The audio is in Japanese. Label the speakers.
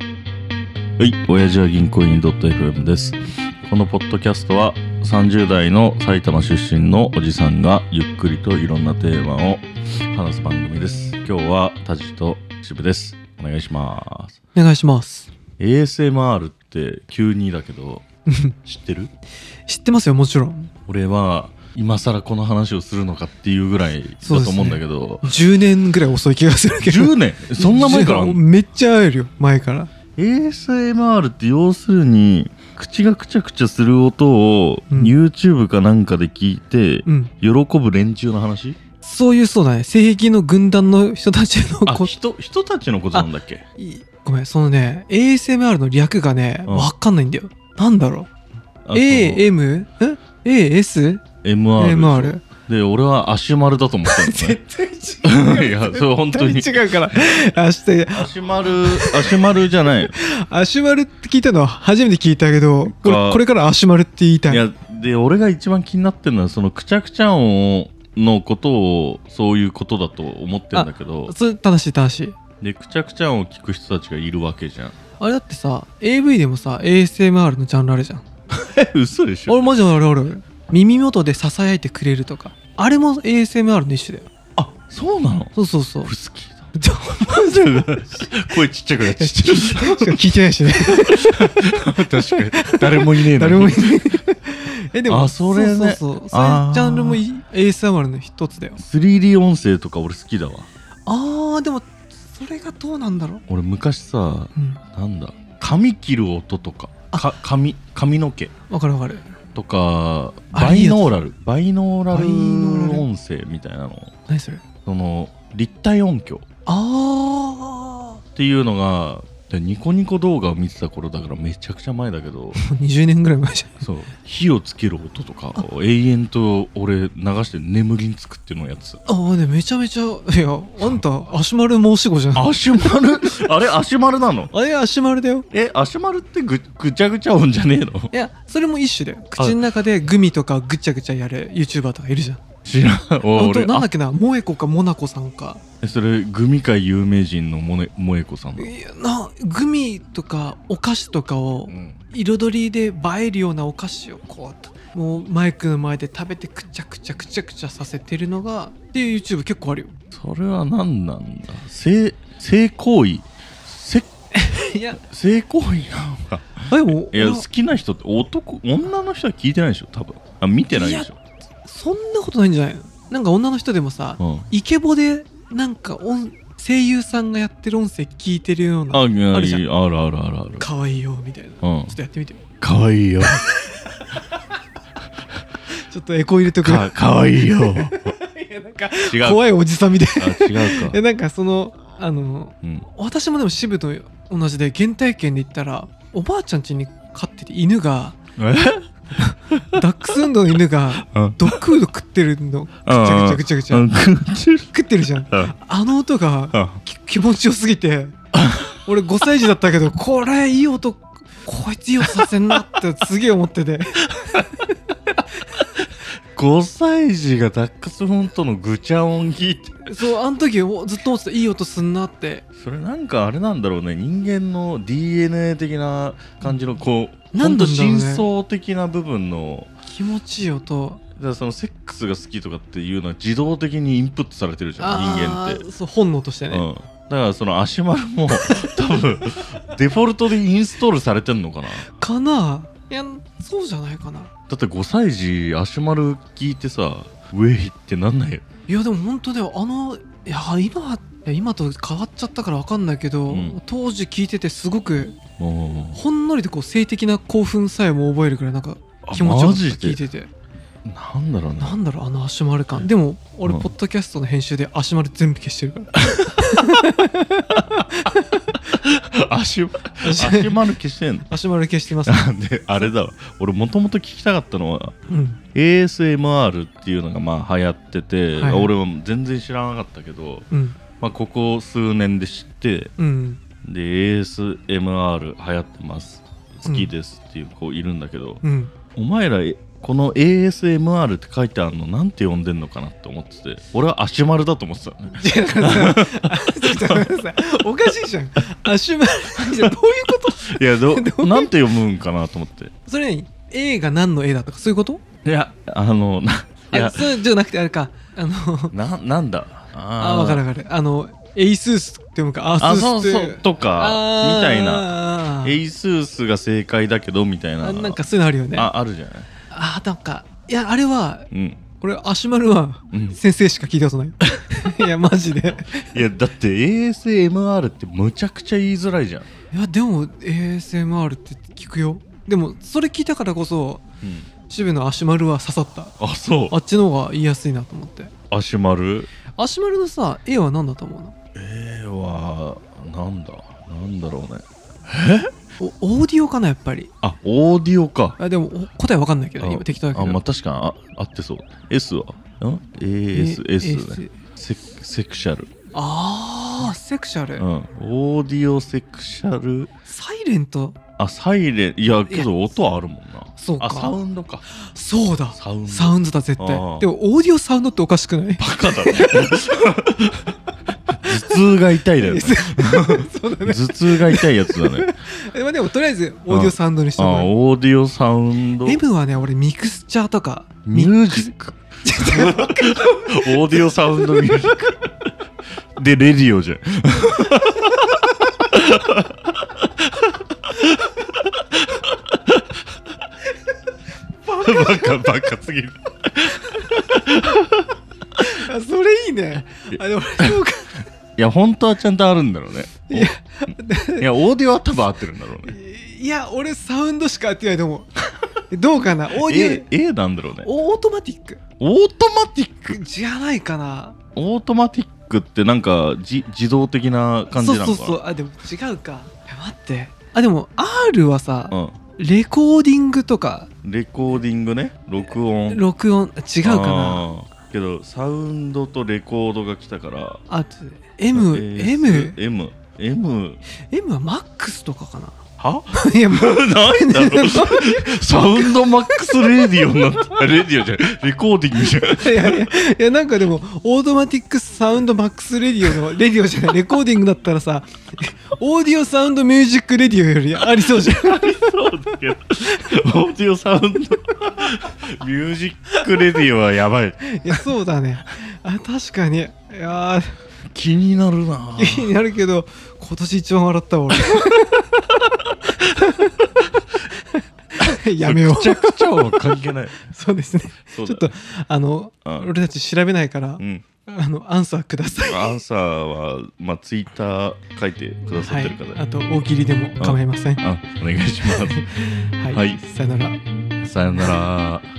Speaker 1: はい、親父は銀行員 .fm です。このポッドキャストは30代の埼玉出身のおじさんがゆっくりといろんなテーマを話す番組です。今日はタジと渋です。お願いします。
Speaker 2: お願いします
Speaker 1: ASMR って急にだけ ど、知ってる
Speaker 2: 知ってますよもちろん
Speaker 1: 俺は今更この話をするのかっていうぐらいだと思うんだけど、
Speaker 2: 10年ぐらい遅い気がする けど
Speaker 1: 10年そんな前からあんの
Speaker 2: めっちゃ会えるよ前から
Speaker 1: ASMR って要するに口がくちゃくちゃする音を
Speaker 2: うん
Speaker 1: YouTube かなんかで聞いて
Speaker 2: うん
Speaker 1: 喜ぶ連中の話
Speaker 2: そういうそうだね性癖の軍団の人たちの
Speaker 1: あ
Speaker 2: こ
Speaker 1: 人人たちのことなんだっけ
Speaker 2: いごめんそのね ASMR の略がね
Speaker 1: うん
Speaker 2: わかんないんだよなんだろう
Speaker 1: あ
Speaker 2: AM? え ?AS?
Speaker 1: その MR でし
Speaker 2: MR?
Speaker 1: ょで俺は足丸だと思ったんですね
Speaker 2: 絶
Speaker 1: いやそう本当に
Speaker 2: 絶対違うから明日
Speaker 1: 足丸足丸じゃ ない
Speaker 2: アシュマルって聞いたのは初めて聞いたけど
Speaker 1: か
Speaker 2: これこれからアシュマルって言いた
Speaker 1: い
Speaker 2: い
Speaker 1: やで俺が一番気になってるのはそのくちゃくちゃ音のことをそういうことだと思ってるんだけど
Speaker 2: それ正しい正しい
Speaker 1: でくちゃくちゃ音を聞く人たちがいるわけじゃん
Speaker 2: あれだってさ AV でもさ ASMR のジャンルあるじゃん
Speaker 1: え嘘でしょ
Speaker 2: 俺マジあるあるある耳元でささやいてくれるとかあれも ASMR の一種だよ
Speaker 1: あそうなの
Speaker 2: そうそうそう
Speaker 1: 俺好きだ声ちっちゃくなっちゃ
Speaker 2: しか 聞いてないしね
Speaker 1: う確かに誰もいねえ
Speaker 2: 誰もいないえでも
Speaker 1: あそれね
Speaker 2: そうそうそうそう
Speaker 1: あ
Speaker 2: い
Speaker 1: ー
Speaker 2: うジャンルもい ASMR の一つだよ
Speaker 1: 3D 音声とか俺好きだわ
Speaker 2: あーでもそれがどうなんだろう、
Speaker 1: 俺昔さ
Speaker 2: うん、
Speaker 1: なんだ髪切る音とかか髪髪の毛
Speaker 2: 分かる分かる
Speaker 1: とか
Speaker 2: あ
Speaker 1: バ
Speaker 2: いい
Speaker 1: イ
Speaker 2: やつ
Speaker 1: ノーラルバイノーラ
Speaker 2: バイノーラ
Speaker 1: ル
Speaker 2: ル
Speaker 1: 音声みたいなの
Speaker 2: 何それ
Speaker 1: その立体音響
Speaker 2: あ
Speaker 1: っていうのがでニコニコ動画を見てた頃だからめちゃくちゃ前だけ ど
Speaker 2: ーもう20年ぐらい前じゃん
Speaker 1: そう火をつける音とかを永遠と俺流して眠りにつくっていうのをやってた
Speaker 2: ああでめちゃめちゃいやあんたアシュマル申し子じゃん
Speaker 1: アシュマルあれアシュマルなの
Speaker 2: あれアシュマルだよ
Speaker 1: えアシュマルってぐぐちゃぐちゃ音じゃねえの
Speaker 2: いやそれも一種だよ口の中でグミとかぐちゃぐちゃやる YouTuber とかいるじゃん
Speaker 1: 知らんお
Speaker 2: 本当
Speaker 1: 俺
Speaker 2: なんだっけな萌え子かモナコさんか
Speaker 1: あそれグミ界有名人のモネ萌子さんだ、
Speaker 2: いやなグミとかお菓子とかを
Speaker 1: うん、
Speaker 2: 彩りで映えるようなお菓子をこうもうマイクの前で食べてくちゃくちゃくちゃくちゃさせてるのがっていう YouTube 結構ある よ
Speaker 1: それは何なんだ性性行為せ
Speaker 2: いや
Speaker 1: 性行為なのか
Speaker 2: でも
Speaker 1: いや
Speaker 2: 俺
Speaker 1: 好きな人って男女の人は聞いてないでしょ多分あ見てないでしょ、
Speaker 2: そんなことないんじゃないのなんか女の人でもさ
Speaker 1: うん、
Speaker 2: イケボでなんか音声優さんがやってる音声聞いてるよう
Speaker 1: あ
Speaker 2: な
Speaker 1: あるあ
Speaker 2: あ
Speaker 1: る
Speaker 2: るじゃん
Speaker 1: あるあるあるある
Speaker 2: 可愛いよみたいなちょ
Speaker 1: うん
Speaker 2: っとやってみてよ
Speaker 1: かわいいよ
Speaker 2: ちょっとエコ入れとく
Speaker 1: かかわいいよ
Speaker 2: いやなんか
Speaker 1: 違う
Speaker 2: 怖いおじさんみたい
Speaker 1: あ違う
Speaker 2: な
Speaker 1: か、
Speaker 2: なんかそのあの
Speaker 1: うん、
Speaker 2: 私もでも渋と同じで原体験で言ったらおばあちゃん家に飼ってて犬が
Speaker 1: え
Speaker 2: ダックスフンドの 犬が
Speaker 1: うん
Speaker 2: ドッグフード食ってるのぐちゃぐちゃぐちゃぐち
Speaker 1: う
Speaker 2: ゃ
Speaker 1: ん口
Speaker 2: 食ってるじゃん
Speaker 1: うん
Speaker 2: あの音が
Speaker 1: あ
Speaker 2: き気持ちよすぎて俺5歳児だったけどこれいい音こいついい音させんなってすげえ思ってて
Speaker 1: 5歳児がダックスフントのぐちゃ音聞いて
Speaker 2: そうあの時おずっと思ってたいい音すんなって
Speaker 1: それなんかあれなんだろうね人間の DNA 的な感じのこう
Speaker 2: な
Speaker 1: ほ
Speaker 2: ん
Speaker 1: ん
Speaker 2: な
Speaker 1: と
Speaker 2: んだろうね
Speaker 1: 真相的な部分の
Speaker 2: 気持ちいい音
Speaker 1: だからそのセックスが好きとかっていうのは自動的にインプットされてるじゃん人間って
Speaker 2: あーそう本能としてね、
Speaker 1: うん、だからその足丸も 多分デフォルトでインストールされてんのかな
Speaker 2: かないやそうじゃないかな
Speaker 1: だって5歳児足丸聞いてさウェイってなんないよ、
Speaker 2: いやでも本当だよあのいや今はいや今と変わっちゃったから分かんないけど、
Speaker 1: うん
Speaker 2: 当時聞いててすごく
Speaker 1: も
Speaker 2: ほんのりとこう性的な興奮さえも覚えるくらいなんか
Speaker 1: う
Speaker 2: 気持ちよ
Speaker 1: マ
Speaker 2: か
Speaker 1: ジ
Speaker 2: った聞い
Speaker 1: で
Speaker 2: てて
Speaker 1: なんだろうね
Speaker 2: なんだろうあの足丸感でも俺
Speaker 1: うん
Speaker 2: ポッドキャストの編集で足丸全部消してるから
Speaker 1: 足足丸消してんの
Speaker 2: 足丸消してます、
Speaker 1: なん であれだわ俺もともと聞きたかったのは
Speaker 2: うん、
Speaker 1: ASMR っていうのがまあ流行ってて、
Speaker 2: はい
Speaker 1: 俺は全然知らなかったけど、
Speaker 2: うん
Speaker 1: まあ、ここ数年で知って
Speaker 2: うん
Speaker 1: で ASMR 流行ってます好きですっていう子いるんだけど、
Speaker 2: うん
Speaker 1: お前らえこの ASMR って書いてあるのなんて呼んでんのかなって思ってて俺は足丸だと思ってたのね
Speaker 2: いやだからさちょっと待ってくださいおかしいじゃん足丸じゃんどういうこと
Speaker 1: いやど
Speaker 2: どういう
Speaker 1: なんて読むんかなと思って
Speaker 2: それ何映画何の絵だとかそういうこと
Speaker 1: いやあのないい
Speaker 2: や
Speaker 1: や
Speaker 2: そうじゃなくてあれかあの
Speaker 1: ななんだあー
Speaker 2: あ分かる分かるあのエイスースって読むかアー
Speaker 1: あ
Speaker 2: ス
Speaker 1: そ
Speaker 2: ー
Speaker 1: う
Speaker 2: スって
Speaker 1: そうとかみたいな
Speaker 2: な
Speaker 1: エイスースが正解だけどみたいな
Speaker 2: なんかそういうのあるよねあ
Speaker 1: ああるじゃない
Speaker 2: あなんかいやあれは
Speaker 1: うん
Speaker 2: 俺足丸は
Speaker 1: うん
Speaker 2: 先生しか聞いたことないよ いやマジで
Speaker 1: いやだって ASMR ってむちゃくちゃ言いづらいじゃん、
Speaker 2: いやでも ASMR って聞くよでもそれ聞いたからこそ渋野足丸は刺さった
Speaker 1: あそ
Speaker 2: あっちの方が言いやすいなと思って
Speaker 1: う足丸
Speaker 2: 足丸のさ絵は何だと思うの
Speaker 1: A はなんだなんだろうね
Speaker 2: おオーディオかなやっぱり
Speaker 1: あオーディオか
Speaker 2: あでもお答えわかんないけど
Speaker 1: あ
Speaker 2: 今適当だけど
Speaker 1: あまあ確かにあ合ってそう S はん ?ASS ね
Speaker 2: AS
Speaker 1: セクセクシャル、
Speaker 2: あーセクシャル、
Speaker 1: うん、オーディオセクシャル
Speaker 2: サイレント
Speaker 1: あサイレンいやけど音あるもんな
Speaker 2: そうか
Speaker 1: あサウンドか
Speaker 2: そうだ
Speaker 1: サウンド
Speaker 2: サウンドだ絶対
Speaker 1: あー
Speaker 2: でもオーディオサウンドっておかし くない
Speaker 1: バカだね頭痛が痛いだよね
Speaker 2: そうだ
Speaker 1: 頭
Speaker 2: ね
Speaker 1: 痛が痛いやつだね
Speaker 2: えまあでもとりあえずオーディオサウンドにし
Speaker 1: あ
Speaker 2: た方がいい
Speaker 1: オーディオサウンド
Speaker 2: M はね俺ミクスチャーとか
Speaker 1: ミュージックオーディオサウンドミュージックでレディオじゃんバカバカすぎる
Speaker 2: あそれいいねあでも俺そうか
Speaker 1: いや本当はちゃんとあるんだろうね
Speaker 2: いや
Speaker 1: いやオーディオは多分合ってるんだろうね
Speaker 2: いや俺サウンドしか合ってないと思 うどうかなオーディ
Speaker 1: A, A なんだろうね
Speaker 2: オオートマティック
Speaker 1: オートマティック
Speaker 2: じゃないかな
Speaker 1: オートマティックってなんかじ自動的な感じなのか
Speaker 2: そうそうそうあでも違うかえ待ってあでも R はさ、
Speaker 1: うん
Speaker 2: レコーディングとか
Speaker 1: レコーディングね録音
Speaker 2: 録音違うかな
Speaker 1: あーけどサウンドとレコードが来たから
Speaker 2: あと M、M、
Speaker 1: M M
Speaker 2: M はマックスとかかな
Speaker 1: はい
Speaker 2: や、もう
Speaker 1: ないんだ ろうサウンドマックスレディオになったあレディオじゃないレコーディングじゃない
Speaker 2: いやいやいやなんかでもオートマティックサウンドマックスレディオのレディオじゃないレコーディングだったらさ オーディオサウンドミュージックレディオよりありそうじゃん
Speaker 1: そうだけどオーディオサウンドミュージックレディオはやばい
Speaker 2: いやそうだねあ確かにいやー
Speaker 1: 気になるな
Speaker 2: 気になるけど今年一番笑っ たわ俺やめよ
Speaker 1: めちゃくちゃは関係ないう
Speaker 2: そうですね
Speaker 1: そう
Speaker 2: ちょ
Speaker 1: だ
Speaker 2: っとあの
Speaker 1: うん
Speaker 2: 俺たち調べないから
Speaker 1: うん
Speaker 2: あのアンサーください
Speaker 1: アンサーはまあツイッター書いてくださってる方で、
Speaker 2: はい、あと大喜利でも構いませんは
Speaker 1: あお願いします
Speaker 2: い、
Speaker 1: はい
Speaker 2: さよなら
Speaker 1: さよなら